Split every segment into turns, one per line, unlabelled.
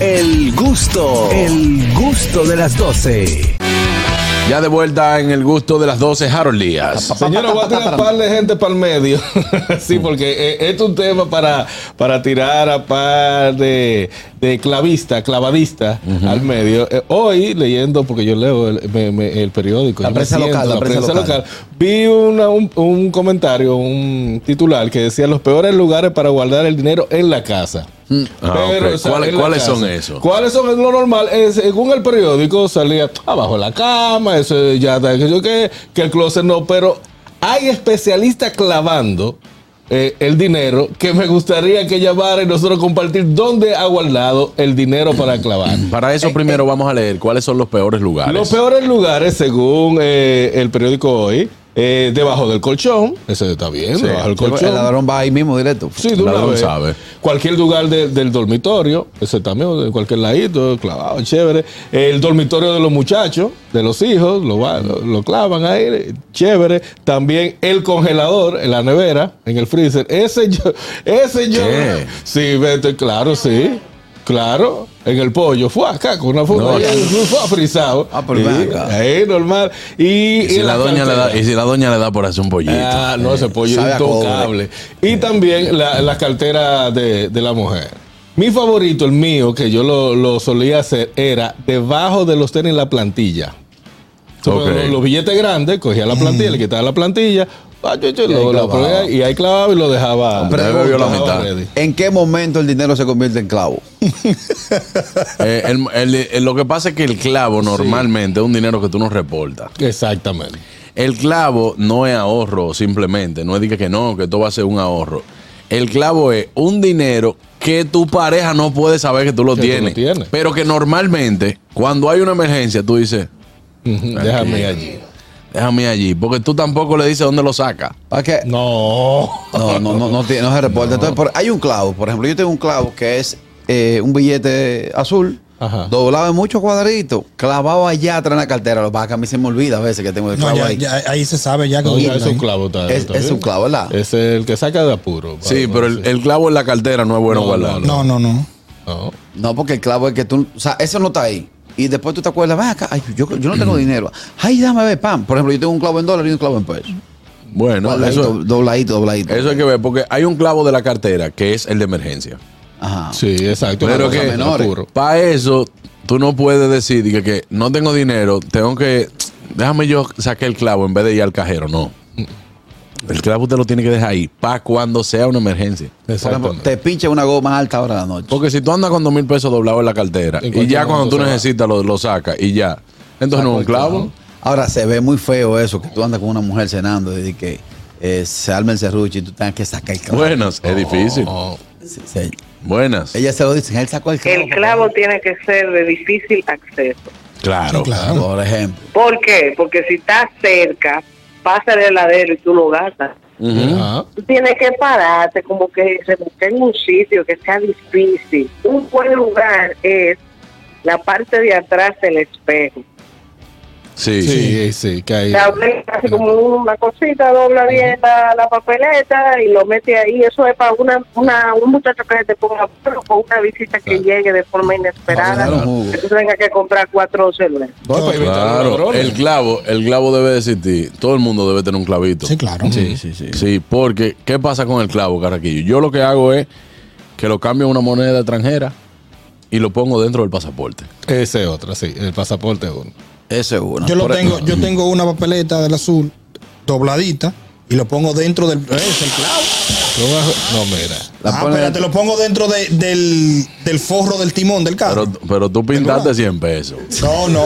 El gusto, el gusto de las 12.
Ya de vuelta en el gusto de las 12, Harold Díaz.
Señora, voy a tirar un par de gente para el medio.
Mm.
sí, porque eh, este es un tema para, para tirar a par de, de clavista, clavadista al medio. Eh, hoy, leyendo, porque yo leo el, me- me- el periódico,
La
yo me
prensa local, la prensa local.
vi una- un, un comentario, un titular que decía los peores lugares para guardar el dinero en la casa.
Ah, ok.
o sea,
¿Cuáles-
en la
cuáles
casa.
son esos?
¿Cuáles son lo normal? Eh, según el periódico salía abajo de la cama, eso eh, ya está, que yo que, que el closet no, pero hay especialistas clavando eh, el dinero que me gustaría que llamara y nosotros compartir dónde ha guardado el dinero para clavar.
Para eso primero vamos a leer cuáles son los peores lugares.
Eh, Los peores lugares, según eh, el periódico hoy, eh, debajo del colchón, eso está bien,
Sí.
debajo del
El
colchón.
ladrón va ahí mismo directo.
Sí, de una
Ladrón
vez.
sabe.
Cualquier lugar de- del dormitorio, ese también, de cualquier ladito, clavado, chévere. El dormitorio de los muchachos, de los hijos, lo, va- lo- lo clavan ahí, chévere. También el congelador, en la nevera, en el freezer. Ese yo, ese yo.
¿Qué?
Sí, vete, claro, sí. Claro, en el pollo, fue acá con una foto,
No,
allá,
ya.
fue frisado.
Ah, pero
Sí,
ven acá.
ahí, normal. Y,
y, si
en
la doña le
cartera.
da, y si la doña le da por hacer un pollito.
Ah, no, ese pollo
sabe
es
a cobre.
intocable. Y también la, la cartera de, de la mujer. Mi favorito, el mío, que yo lo, lo solía hacer, era debajo de los tenis la plantilla. Entonces,
Ok.
Los, los billetes grandes, cogía la plantilla, le quitaba la plantilla, ah, yo- yo lo- lo
clavaba.
ponía y ahí clavaba y lo dejaba.
Hombre,
lo
bebió la
dejaba
mitad.
ready.
¿En qué momento el dinero se convierte en clavo?
Eh, el- el- el- lo que pasa es que el clavo normalmente es un dinero que tú no reportas.
Exactamente.
El clavo no es ahorro simplemente. No es de que- que no, que esto va a ser un ahorro. El clavo es un dinero que tu pareja no puede saber que tú lo,
Que tú lo
tienes,
tienes.
Pero que normalmente, cuando hay una emergencia, tú dices,
Ujú, Déjame allí.
déjame allí. Porque tú tampoco le dices dónde lo saca.
¿Para qué?
No.
No, no, no, no, tiene- no se reporta. Entonces, por- hay un clavo. Por ejemplo, yo tengo un clavo que es eh, un billete azul,
Ajá.
doblado en muchos cuadritos, clavado allá atrás en la cartera. Lo que pasa es que a mí se me olvida a veces que tengo el
No,
clavo
ya-
ahí.
ya- ahí se sabe ya que
No,
lo
ya
tienen
es un
ahí.
clavo. está-
Es-
está
es
bien.
un clavo, ¿verdad?
Es el que saca de apuro.
Sí, pero el, el clavo en la cartera no es bueno
No,
guardarlo.
No, no, no.
No.
No, porque el clavo es que tú, o sea, eso no está ahí. Y después tú te acuerdas, ven acá, ay, yo, yo no tengo dinero. Ay, dame ver, pam. Por ejemplo, yo tengo un clavo en dólar y un clavo en pesos.
Bueno,
Cuadradito,
eso,
dobladito, dobladito.
eso hay que ver. Porque hay un clavo de la cartera que es el de emergencia.
Ajá.
Sí, exacto.
Pero
Una cosa
que-
menor.
menores.
Para eso, tú no puedes decir que, que no tengo dinero, tengo que. Déjame yo sacar el clavo en vez de ir al cajero. No. El clavo usted lo tiene que dejar ahí para cuando sea una emergencia.
Por ejemplo,
Exactamente.
te pincha una goma alta ahora de la noche.
Porque si tú andas con dos mil pesos doblados en la cartera
En
y
cualquier
ya cuando
momento
tú
se va.
necesitas lo, lo sacas y ya. Entonces no es un clavo.
Ahora se ve muy feo eso, que tú andas con una mujer cenando y que eh, se arma el serrucho y tú tengas que sacar el clavo.
Buenas, es difícil.
Oh,
Sí, sí.
Buenas.
Ella se lo dice, él sacó el clavo.
El clavo tiene que ser de difícil acceso.
Claro.
Sí, claro.
Por ejemplo.
¿Por qué? Porque si está cerca, pasa el heladero y tú lo gastas.
Ujú.
Ajá.
Tú tienes que pararte, como que se busque en un sitio que sea difícil. Un buen lugar es la parte de atrás del espejo.
Sí.
Sí, sí, que
O
hay.
sea, usted hace como una cosita, dobla bien la, la papeleta y lo mete ahí. Eso es para una, una, un muchacho que te ponga bueno, con una visita que llegue de forma inesperada.
Claro, jugo.
Que tú tengas que comprar cuatro celulares.
No, para evitar los
Claro,
ladrones.
el clavo, el clavo debe existir. Todo el mundo debe tener un clavito.
Sí, claro.
sí. porque ¿qué pasa con el clavo, Carraquillo? Yo lo que hago es que lo cambio a una moneda extranjera y lo pongo dentro del pasaporte.
Ese es otro, sí, el pasaporte es uno.
Eso es uno.
Yo lo
Por-
tengo, yo tengo una papeleta del azul dobladita y lo pongo dentro del. eh, Es el clavo.
Lo bajo- No, mira.
La
ah,
pone-
pero te lo pongo dentro de- del, del forro del timón del
Pero,
carro.
pero tú pintaste 100 pesos.
no, no.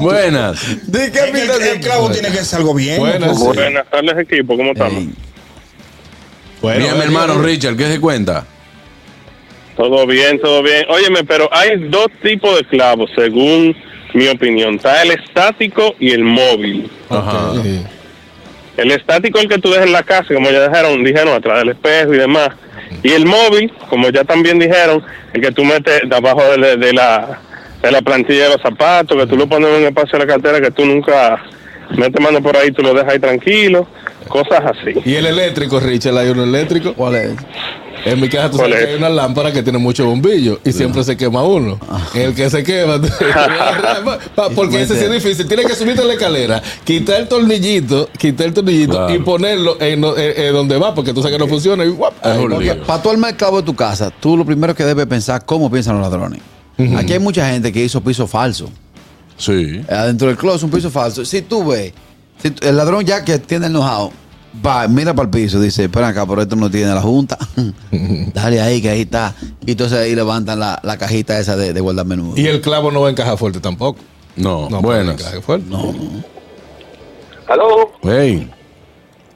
Buenas.
¿De qué el, el clavo tiene que ser algo bien.
Buenas, sí.
Buenas tardes, equipo. ¿Cómo estamos?
Ey,
Bueno,
Mira, mi
bueno,
hermano Richard, ¿qué se cuenta?
Todo bien, todo bien. Óyeme, pero hay dos tipos de clavos, según mi opinión. Está el estático y el móvil.
Ajá.
ok, sí.
El estático es el que tú dejas en la casa, como ya dejaron, dijeron, atrás del espejo y demás. Y el móvil, como ya también dijeron, el que tú metes debajo de, la- de la, de la plantilla de los zapatos, que tú lo pones en un espacio de la cartera que tú nunca metes mano por ahí, tú lo dejas ahí tranquilo. Cosas así.
Y el eléctrico, Richard, hay uno eléctrico.
¿Cuál es?
En mi casa tú sabes
¿Cuál
que
es?
hay una lámpara que tiene muchos bombillos y siempre se quema uno. El que se quema, tú- Pa- porque ese sí es difícil. Tiene que subirte a la escalera, quitar el tornillito, quitar el tornillito
Claro.
y ponerlo en, lo- en- en donde va, porque tú sabes que no funciona. Y, guap,
Es
ahí
un
va.
lío.
Para todo el mercado de tu casa, tú lo primero que debes pensar cómo piensan los ladrones. Aquí hay mucha gente que hizo piso falso.
Sí.
Adentro del closet, un piso falso. Si tú ves, si tú- el ladrón ya que tiene el know va, mira para el piso, dice, espera acá, pero esto no tiene la junta. Dale ahí, que ahí está. Y entonces ahí levantan la, la cajita esa de, de guardar menudo.
y el clavo no va a encajar fuerte tampoco.
No.
No, pues,
Buenas.
puede encajar fuerte.
No,
Aló,
Hey.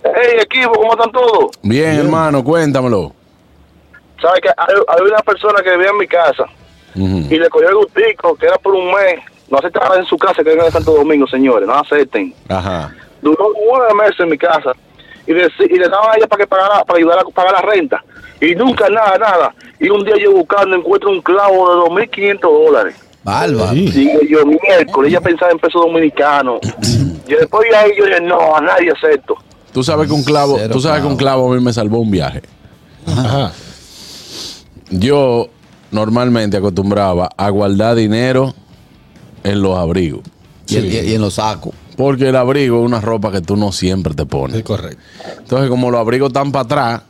hey equipo, ¿cómo están todos?
Bien, hermano, cuéntamelo.
Sabes que hay, hay una persona que vivía en mi casa
Ujú.
y le cogió el gustico, que era por un mes. No aceptaban en su casa que vengan de Santo Domingo, señores, no acepten.
Ajá.
Duró nueve meses en mi casa y, deci- y le daban a ella para que pagara, para ayudar a pagar la renta. Y nunca nada, nada. Y un día yo buscando encuentro un clavo de 2.500 dólares.
bárbaro.
Digo yo, miércoles, ella pensaba en pesos dominicanos. y después de ahí yo dije, no, a nadie acepto.
Tú sabes que un clavo,
Cero
tú sabes que un clavo a mí me salvó un viaje.
Ajá.
Yo normalmente acostumbraba a guardar dinero en los abrigos.
Y, y- y en los sacos.
Porque el abrigo es una ropa que tú no siempre te pones.
Es correcto.
Entonces, como los abrigos están para atrás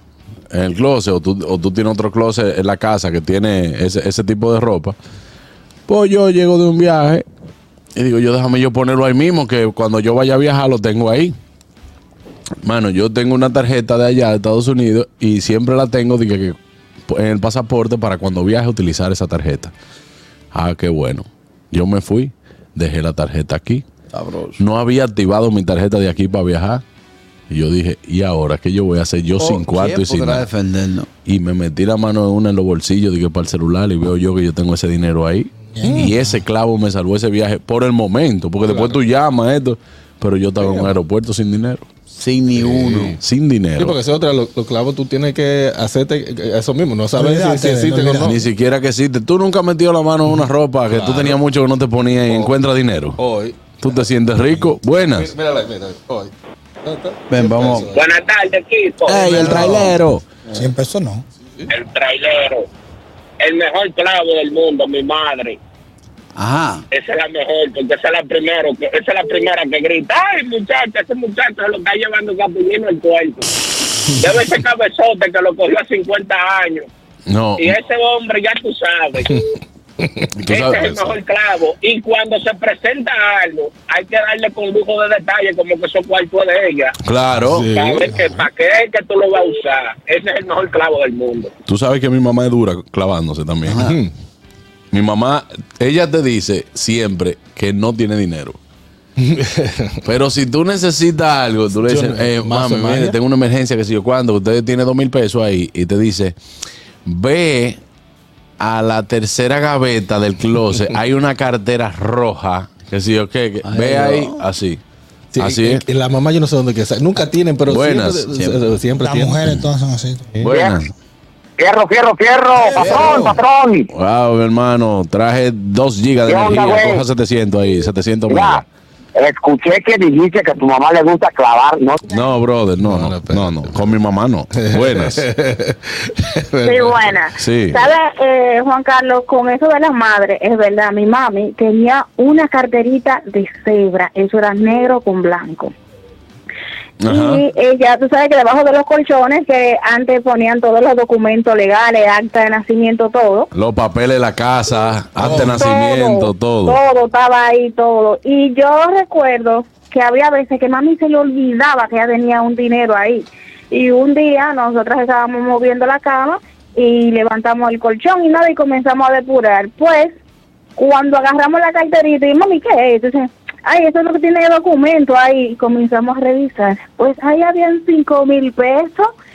en el closet, o tú, o tú tienes otro closet en la casa que tiene ese, ese tipo de ropa, pues yo llego de un viaje y digo, yo déjame yo ponerlo ahí mismo, que cuando yo vaya a viajar lo tengo ahí. Mano, yo tengo una tarjeta de allá de Estados Unidos y siempre la tengo dije, que, en el pasaporte para cuando viaje utilizar esa tarjeta. Ah, qué bueno. Yo me fui, dejé la tarjeta aquí
Sabroso.
no había activado mi tarjeta de aquí para viajar. Y yo dije, ¿y ahora qué yo voy a hacer yo sin cuarto y
Oh, ¿Quién
sin
podrá
nada?
defendernos?
Y me metí la mano en una en los bolsillos, dije, para el celular y veo yo que yo tengo ese dinero ahí. Y ese clavo me salvó ese viaje por el momento, porque después tú llamas esto. Pero yo estaba en un aeropuerto sin dinero.
Sin ni uno.
Sin
Sí, porque
dinero.
esa es otra, lo- los clavos tú tienes que hacerte eso mismo. No sabes si- si,
Olvídate de-
existen
no,
o no.
Ni siquiera que existe. Tú nunca has metido la mano en una ropa que tú tenías mucho que no te ponías y encuentras dinero.
Hoy.
Tú te sientes rico. Buenas.
Mírala, mírala, hoy.
Ven, vamos.
Buenas tardes, equipo.
¡Ey, el trailero!
100 pesos no.
el trailero, el mejor clavo del mundo, mi madre.
Ajá.
Esa es la mejor, porque esa es la primera, que, esa es la primera que grita, ay muchacha, ese muchacho se lo está llevando Capullino el cuerpo. Ya ve ese cabezote que lo cogió a 50 años.
No.
Y este ese hombre, ya tú sabes,
tú
ese es el
sabes.
mejor clavo. Y cuando se presenta algo, hay que darle con lujo de detalle, como que eso cuarto de ella.
Claro.
Sí.
Sabes que para qué es que tú lo vas a usar. Ese es el mejor clavo del mundo.
Tú sabes que mi mamá es dura clavándose también.
Ajá.
Ujú. Mi mamá, ella te dice siempre que no tiene dinero. Pero si tú necesitas algo, tú le
Yo
dices,
no-
eh,
más
mami,
o menos.
mire, tengo una emergencia, que si yo cuando, usted tiene dos mil pesos ahí y te dice, ve a la tercera gaveta del closet, hay una cartera roja, que si yo qué, que-
Ay,
ve
no.
ahí, así.
Sí,
así
y-
es.
y la mamá yo no sé dónde que sa- Nunca tienen, pero
Buenas,
siempre,
siempre.
siempre, siempre
Las
tienen.
mujeres todas son así.
Buenas.
Fierro, fierro, fierro, patrón, patrón.
Wow, mi hermano, traje 2 gigas de
¿Qué onda,
energía,
güey?
coja 700 ahí, 700 megas.
Mira, escuché que dijiste que a tu mamá le gusta clavar, ¿no?
No, brother, no,
No,
no,
no,
no, no,
espérate.
con mi mamá no. Buenas.
Sí, buena.
Sí.
¿Sabes, eh, Juan Carlos? Con eso de las madres, es verdad, mi mami tenía una carterita de cebra. Eso era negro con blanco.
Ajá.
Y ella, tú sabes que debajo de los colchones, que antes ponían todos los documentos legales, acta de nacimiento, todo.
Los papeles de la casa, hasta de nacimiento, todo.
Todo estaba ahí, todo. Y yo recuerdo que había veces que mami se le olvidaba que ella tenía un dinero ahí. Y un día nosotras estábamos moviendo la cama y levantamos el colchón y nada y comenzamos a depurar. Pues cuando agarramos la carterita y mami, ¿qué es? Entonces, ay, eso es lo que tiene el documento ahí. Y comenzamos a revisar. Pues ahí habían cinco mil pesos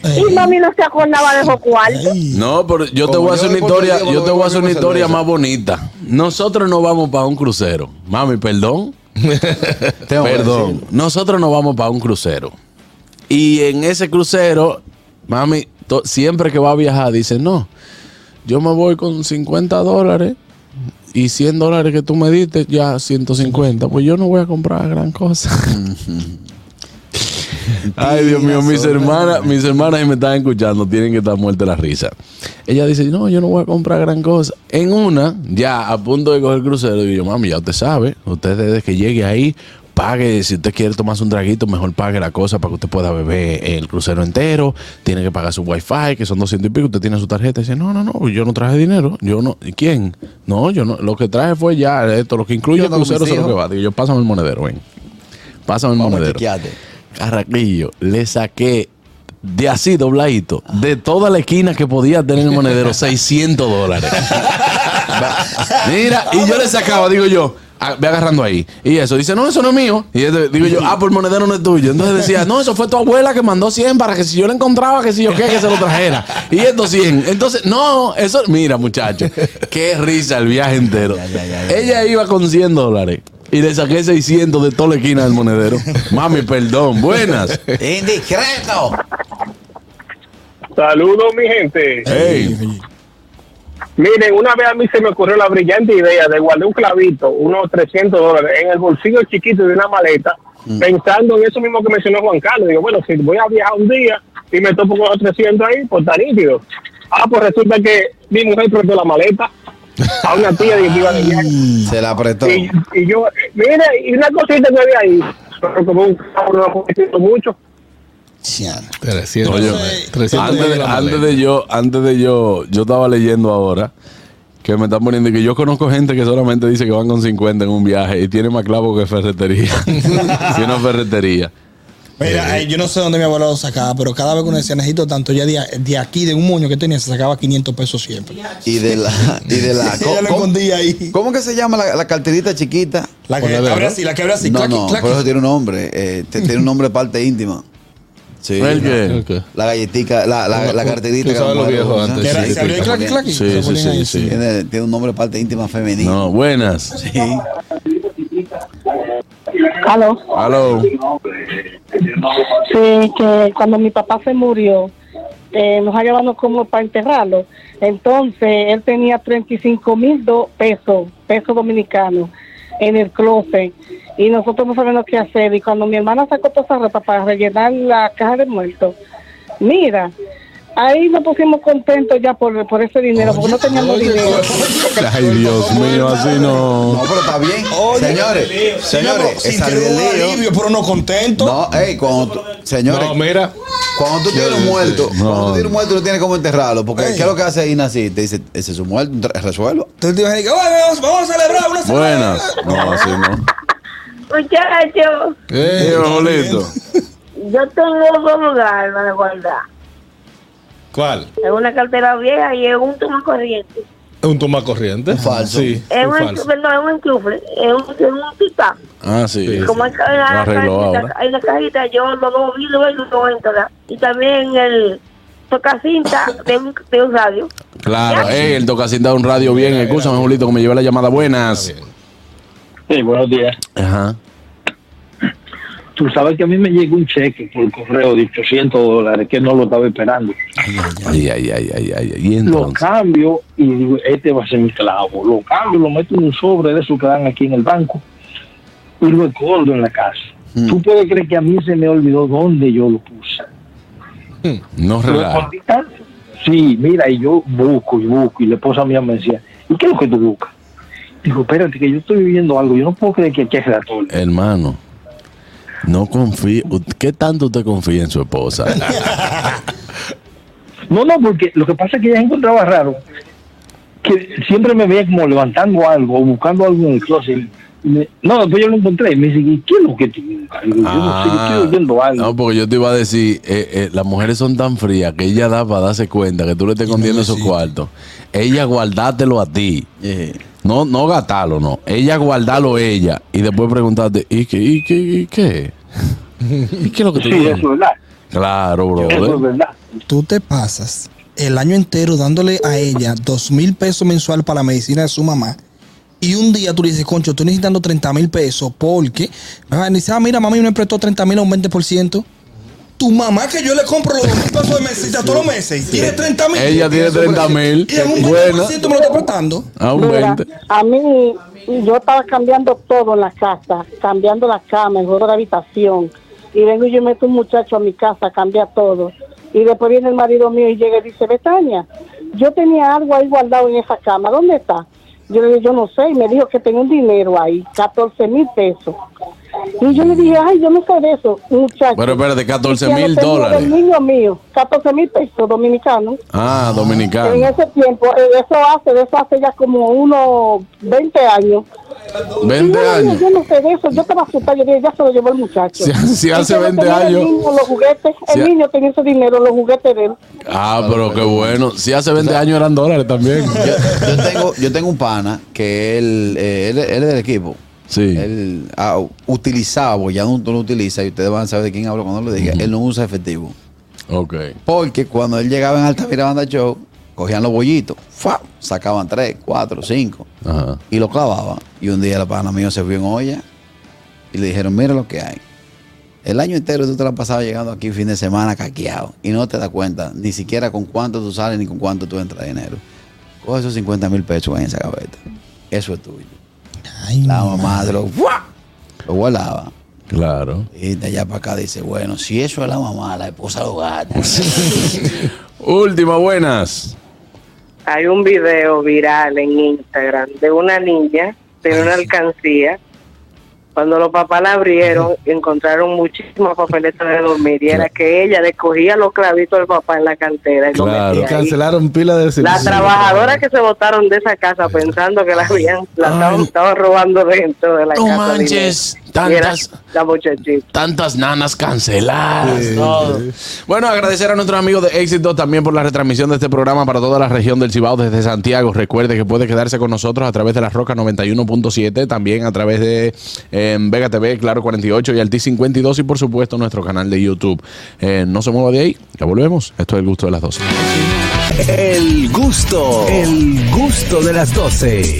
y
Ey.
mami no se acordaba de esos cuartos.
Ay,
No, pero yo te
Como
voy a
yo
hacer una
después
historia,
del día
yo te
cuando
voy a hacer una
bebemos
historia
cerveza.
más bonita. Nosotros no vamos para un crucero. Mami, perdón.
Tengo que
Perdón, nosotros nos vamos para un crucero. Y en ese crucero, mami, to- siempre que va a viajar, dice, no, yo me voy con 50 dólares y 100 dólares que tú me diste, ya 150. Pues yo no voy a comprar gran cosa. Ay, Dios mío, mis hermanas, mis hermanas que me están escuchando tienen que estar muertas de la risa. Ella dice, no, yo no voy a comprar gran cosa. En una, ya a punto de coger crucero, digo yo, mami, ya usted sabe, usted desde que llegue ahí, pague, si usted quiere tomarse un traguito, mejor pague la cosa para que usted pueda beber el crucero entero, tiene que pagar su wifi, que son 200 y pico, usted tiene su tarjeta, y dice, no, no, no, yo no traje dinero, yo no, ¿y quién? No, yo no, lo que traje fue ya esto, lo que incluye
Yo
el
ando con
crucero,
mis
eso es lo que
hijos.
va. Digo yo, pásame el monedero, ven. Pásame el
Vamos a
monedero.
chequearte.
Carraquillo, le saqué de así dobladito, de toda la esquina que podía tener el monedero, 600 dólares. Mira, y yo le sacaba, digo yo, ah, ve agarrando ahí. Y eso, dice, no, eso no es mío. Y este, digo yo, ah, pues el monedero no es tuyo. Entonces decía, no, eso fue tu abuela que mandó 100 para que si yo le encontraba, que si yo qué, que se lo trajera. Y estos 100. Entonces, no, eso, mira, muchachos, qué risa el viaje entero. Ella iba con 100 dólares. Y le saqué 600 de toda la esquina del monedero. Mami, perdón. Buenas.
Indiscreto.
Saludos, mi gente.
Hey.
Miren, una vez a mí se me ocurrió la brillante idea de guardar un clavito, unos 300 dólares, en el bolsillo chiquito de una maleta, pensando en eso mismo que mencionó Juan Carlos. Digo, bueno, si voy a viajar un día y me topo con los 300 ahí, pues está nítido. Ah, pues resulta que mi mujer prestó la maleta a una tía de que iba de viaje.
Se la apretó.
Y, y yo, mire, y una cosita que había ahí, pero como un cabrón, no me siento mucho.
Chiana.
300.
Oye,
Entonces,
300
Antes de,
dólares.
antes de yo, antes de yo, yo estaba leyendo ahora que me están poniendo que yo conozco gente que solamente dice que van con 50 en un viaje y tiene más clavo que ferretería. si una ferretería.
Mira, eh, yo no sé dónde mi abuelo lo sacaba, pero cada vez que uno decía necesito tanto, ya de, de aquí, de un moño que tenía, se sacaba 500 pesos siempre.
Y de la. Y de la
Ella lo escondía ahí.
¿Cómo que se llama la, la carterita chiquita?
La que
Monedero.
abre así, la que abre así,
no,
claqui,
no,
claqui.
por eso tiene un nombre. eh, te- tiene un nombre de parte íntima. Sí.
¿El qué?
Ok.
La galletica, la, la, la carterita.
Tú
que
sabes
la
lo
mujer
viejo
usa.
antes,
Que era- y se abría y claqui, claqui.
Sí,
Se
sí,
ponían
sí,
ahí.
sí.
Tiene, tiene un nombre de parte íntima femenina.
No, buenas.
Sí.
Aló.
Aló.
Sí, que cuando mi papá se murió, eh, nos ha llevado como para enterrarlo. Entonces, él tenía 35 mil pesos, pesos dominicanos, en el closet. Y nosotros no sabíamos qué hacer. Y cuando mi hermana sacó toda esa ropa para rellenar la caja de muertos, mira, ahí nos pusimos contentos ya por, por ese dinero, porque no teníamos dinero.
Ay, Dios mío, así
No,
no.
pero está bien. señores, señores,
Sí,
es salir
tiene
del
un
lío.
alivio, pero no contento.
No, ey, cuando tú- señores,
No, mira.
cuando tú tienes un muerto,
No.
cuando tú tienes un muerto no tienes cómo enterrarlo, porque
Ey.
¿qué es lo que hace Ina así? Te dice, ese es un muerto, tra- resuelvo.
Entonces te imaginas que, "Oye, vamos, vamos a celebrar una
Buenas. No, así no.
Muchachos,
Eh, Manolito.
yo tengo dos lugares para guardar.
¿Cuál?
Es una cartera vieja y es un toma corriente.
¿Un toma corriente?
falso.
Sí,
Es
un
un,
falso.
enchufe, no, es un enchufe, es un, es un pipa.
Ah, sí.
Como hay, ca-
Lo arregló
hay,
ahora.
una, hay una cajita, yo no lo vi, lo veo y lo entra. Y también el tocacinta de un, de un radio.
Claro, eh, el tocacinta de un radio bien. Escúchame, Julito, que me llevé la llamada. Buenas.
Sí, buenos días.
Ajá.
Tú sabes que a mí me llegó un cheque por correo de 800 dólares que no lo estaba esperando.
Ay, ay, ay, ay, ay. ay. Y
Lo
entonces.
cambio y digo, este va a ser mi clavo. Lo cambio, lo meto en un sobre de esos que dan aquí en el banco y lo escondo en la casa. Tú puedes creer que a mí se me olvidó dónde yo lo puse. Lo
No relaja.
escondí tanto. Sí, mira, y yo busco y busco y la esposa mía me decía, ¿y qué es lo que tú buscas? Digo, espérate, que yo estoy viviendo algo, yo no puedo creer que aquí es ratón.
Hermano, no confíe. ¿Qué tanto usted confía en su esposa?
No, no, porque lo que pasa es que ella encontraba raro que siempre me veía como levantando algo o buscando algo en el closet. Y me- no, después yo lo encontré y me dice, "¿Y ¿qué es lo que tú buscas?" Digo, Yo no sé, yo
Ah,
estoy oyendo algo.
no, porque yo te iba a decir, eh, eh, las mujeres son tan frías que ella da para darse cuenta que tú le estés escondiendo esos cuartos. Ella guardátelo a ti.
Eh.
No, no gatalo, no. Ella guardalo ella. Y después preguntarte, ¿y qué? ¿Y qué? ¿Y qué? ¿Y qué es lo que tú
sí,
tienes?
eso es verdad.
Claro,
Eso es
eh.
brother.
verdad.
Tú te pasas el año entero dándole a ella dos mil pesos mensual para la medicina de su mamá. Y un día tú le dices, concho, estoy necesitando 30 mil pesos porque me van a decir, ah, mira, mami me prestó 30 mil a un 20%. Tu mamá que yo le compro los dos mil pesos de mesita todos los meses y tiene 30 mil.
Ella tiene 30 mil.
Y en un 20%
Buena.
me lo está prestando.
A Ah, un
Mira,
20.
a mí, yo estaba cambiando todo en la casa, cambiando la cama, el juego de habitación,
y vengo y yo meto un muchacho a mi casa, cambia todo. Y después viene el marido mío y llega y dice, Betania, yo tenía algo ahí guardado en esa cama, ¿dónde está? Yo le digo, yo no sé, y me dijo que tenía un dinero ahí, 14 mil pesos. Y yo le dije, ay, yo no sé de eso, muchacho.
Bueno, espérate, 14
Ya lo
mil
tenía
dólares.
Del niño mío, 14 mil pesos dominicanos.
Ah,
En
dominicano.
ese tiempo, eh, eso hace, de eso hace ya como unos 20 años.
20
Y yo,
años.
Yo no sé de eso, yo estaba asustada, yo dije, ya se lo llevó el muchacho.
Si hace- si hace
Entonces,
20
tenía
años-
El niño, los juguetes,
Si
el
ha-
niño tenía ese dinero, los juguetes de él.
Ah, pero qué bueno. Si hace 20 años eran dólares también.
Yo, yo tengo, yo tengo un pana que él, eh, él, él es del equipo.
Sí.
Él ah, utilizaba, porque ya no no lo utiliza, y ustedes van a saber de quién hablo cuando lo diga. Él no usa efectivo.
Ok.
Porque cuando él llegaba en Altamira Banda Show, cogían los bollitos, ¡fua! sacaban tres, cuatro, cinco,
Ajá.
y lo clavaban. Y un día la pana mío se vio en olla y le dijeron, mira lo que hay. El año entero tú te la has pasado llegando aquí fin de semana caqueado y no te das cuenta ni siquiera con cuánto tú sales ni con cuánto tú entras de dinero. Coge esos 50 mil pesos en esa gaveta. Eso es tuyo.
Ay,
La mamá se lo, ¡fua! lo volaba.
Claro.
Y de allá para acá dice, bueno, si eso es la mamá, la esposa lo gata.
Última, buenas.
Hay un video viral en Instagram de una niña de una alcancía. Cuando los papás la abrieron, encontraron muchísimas papeletas de dormir. Y era que ella descogía los clavitos del papá en la cantera. Y lo
Claro.
Y
metía ahí.
cancelaron pila de
Las
servicios.
trabajadoras que se botaron de esa casa pensando que la habían, la estaban, estaban robando dentro de la
No
casa.
manches,
dinero.
tantas-
Y era La muchachita.
Tantas nanas canceladas.
Sí.
todo. Bueno, agradecer a nuestros amigos de Éxito también por la retransmisión de este programa para toda la región del Cibao desde Santiago. Recuerde que puede quedarse con nosotros a través de la Roca 91.7, también a través de eh, Vega TV, Claro 48 y Alti 52 y por supuesto nuestro canal de YouTube. Eh, no se mueva de ahí, ya volvemos. Esto es el gusto de las 12.
El gusto, el gusto de las 12.